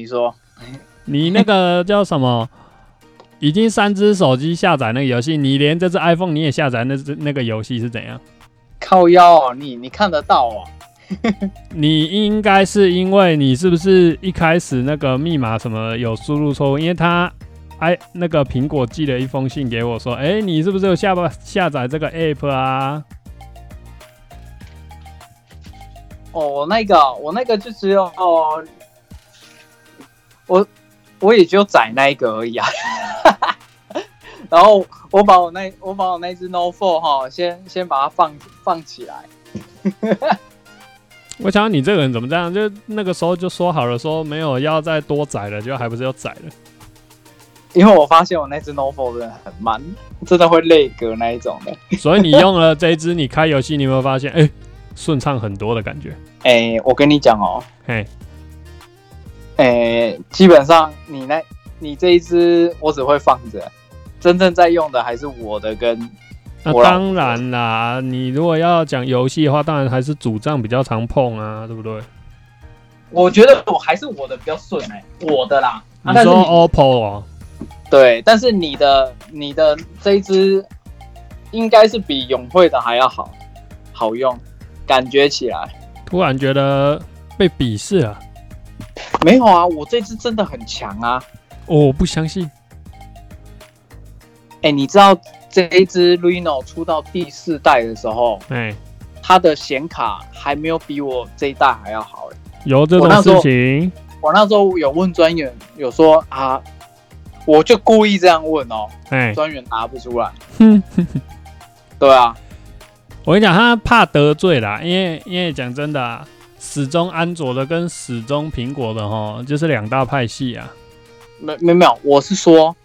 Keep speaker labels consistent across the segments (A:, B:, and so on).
A: 你说
B: 你那个叫什么？已经三只手机下载那个游戏，你连这只 iPhone 你也下载那只那个游戏是怎样？
A: 靠腰哦，你你看得到哦？
B: 你应该是因为你是不是一开始那个密码什么有输入错误？因为他哎那个苹果寄了一封信给我说，哎、你是不是有下吧下载这个 app 啊？
A: 哦，我那个哦我那个就只有哦，我我也就载那一个而已啊。 然后我把我那我把我那只 No Four 哈、先先把它放放起来。
B: 我想你这个人怎么这样？就那个时候就说好了，说没有要再多载了，就还不是要载了。
A: 因为我发现我那只 No Four 真的很慢，真的会累格那一种的。
B: 所以你用了这一支，你开游戏你有没有发现，哎、顺畅很多的感觉？
A: 哎、我跟你讲哦，
B: 嘿，
A: 诶、基本上你那，你这一只我只会放着，真正在用的还是我的跟
B: 那
A: 我老
B: 当然啦，你如果要讲游戏的话，当然还是主账比较常碰啊，对不对？
A: 我觉得我还是我的比较顺哎、我的啦。啊
B: 你
A: 但是
B: 说
A: 你
B: OPPO 哦，
A: 对，但是你的你的这一只应该是比永会的还要好好用，感觉起来
B: 突然觉得被鄙视了，
A: 没有啊？我这只真的很强啊！
B: 哦我不相信，
A: 哎、你知道这一只 Reno 出到第四代的时候，
B: 哎，
A: 它的显卡还没有比我这一代还要好、欸。
B: 有这
A: 我
B: 种
A: 那时
B: 事
A: 候
B: 情，
A: 我那时候有问专员，有说啊，我就故意这样问哦，
B: 哎，
A: 专员答不出 来。
B: 哼，
A: 对啊，
B: 我跟你讲，他怕得罪啦，因为因为讲真的、啊，始终安卓的跟始终苹果的哈，就是两大派系啊。
A: 没没没有，我是说，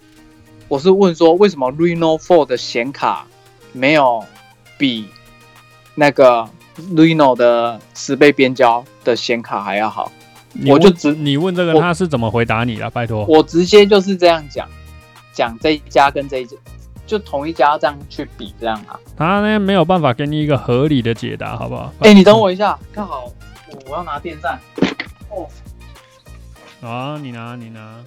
A: 我是问说为什么 Reno 4的显卡没有比那个 Reno 的十倍边焦的显卡还要好？
B: 你
A: 我就
B: 问
A: 只
B: 你问这个
A: 我
B: 他是怎么回答你啦？拜托，
A: 我直接就是这样讲，讲这一家跟这一家，就同一家这样去比这样啊。
B: 他呢没有办法给你一个合理的解答，好不好？
A: 哎、你等我一下，刚好我我要拿电扇。哦，
B: 好啊，你拿你拿。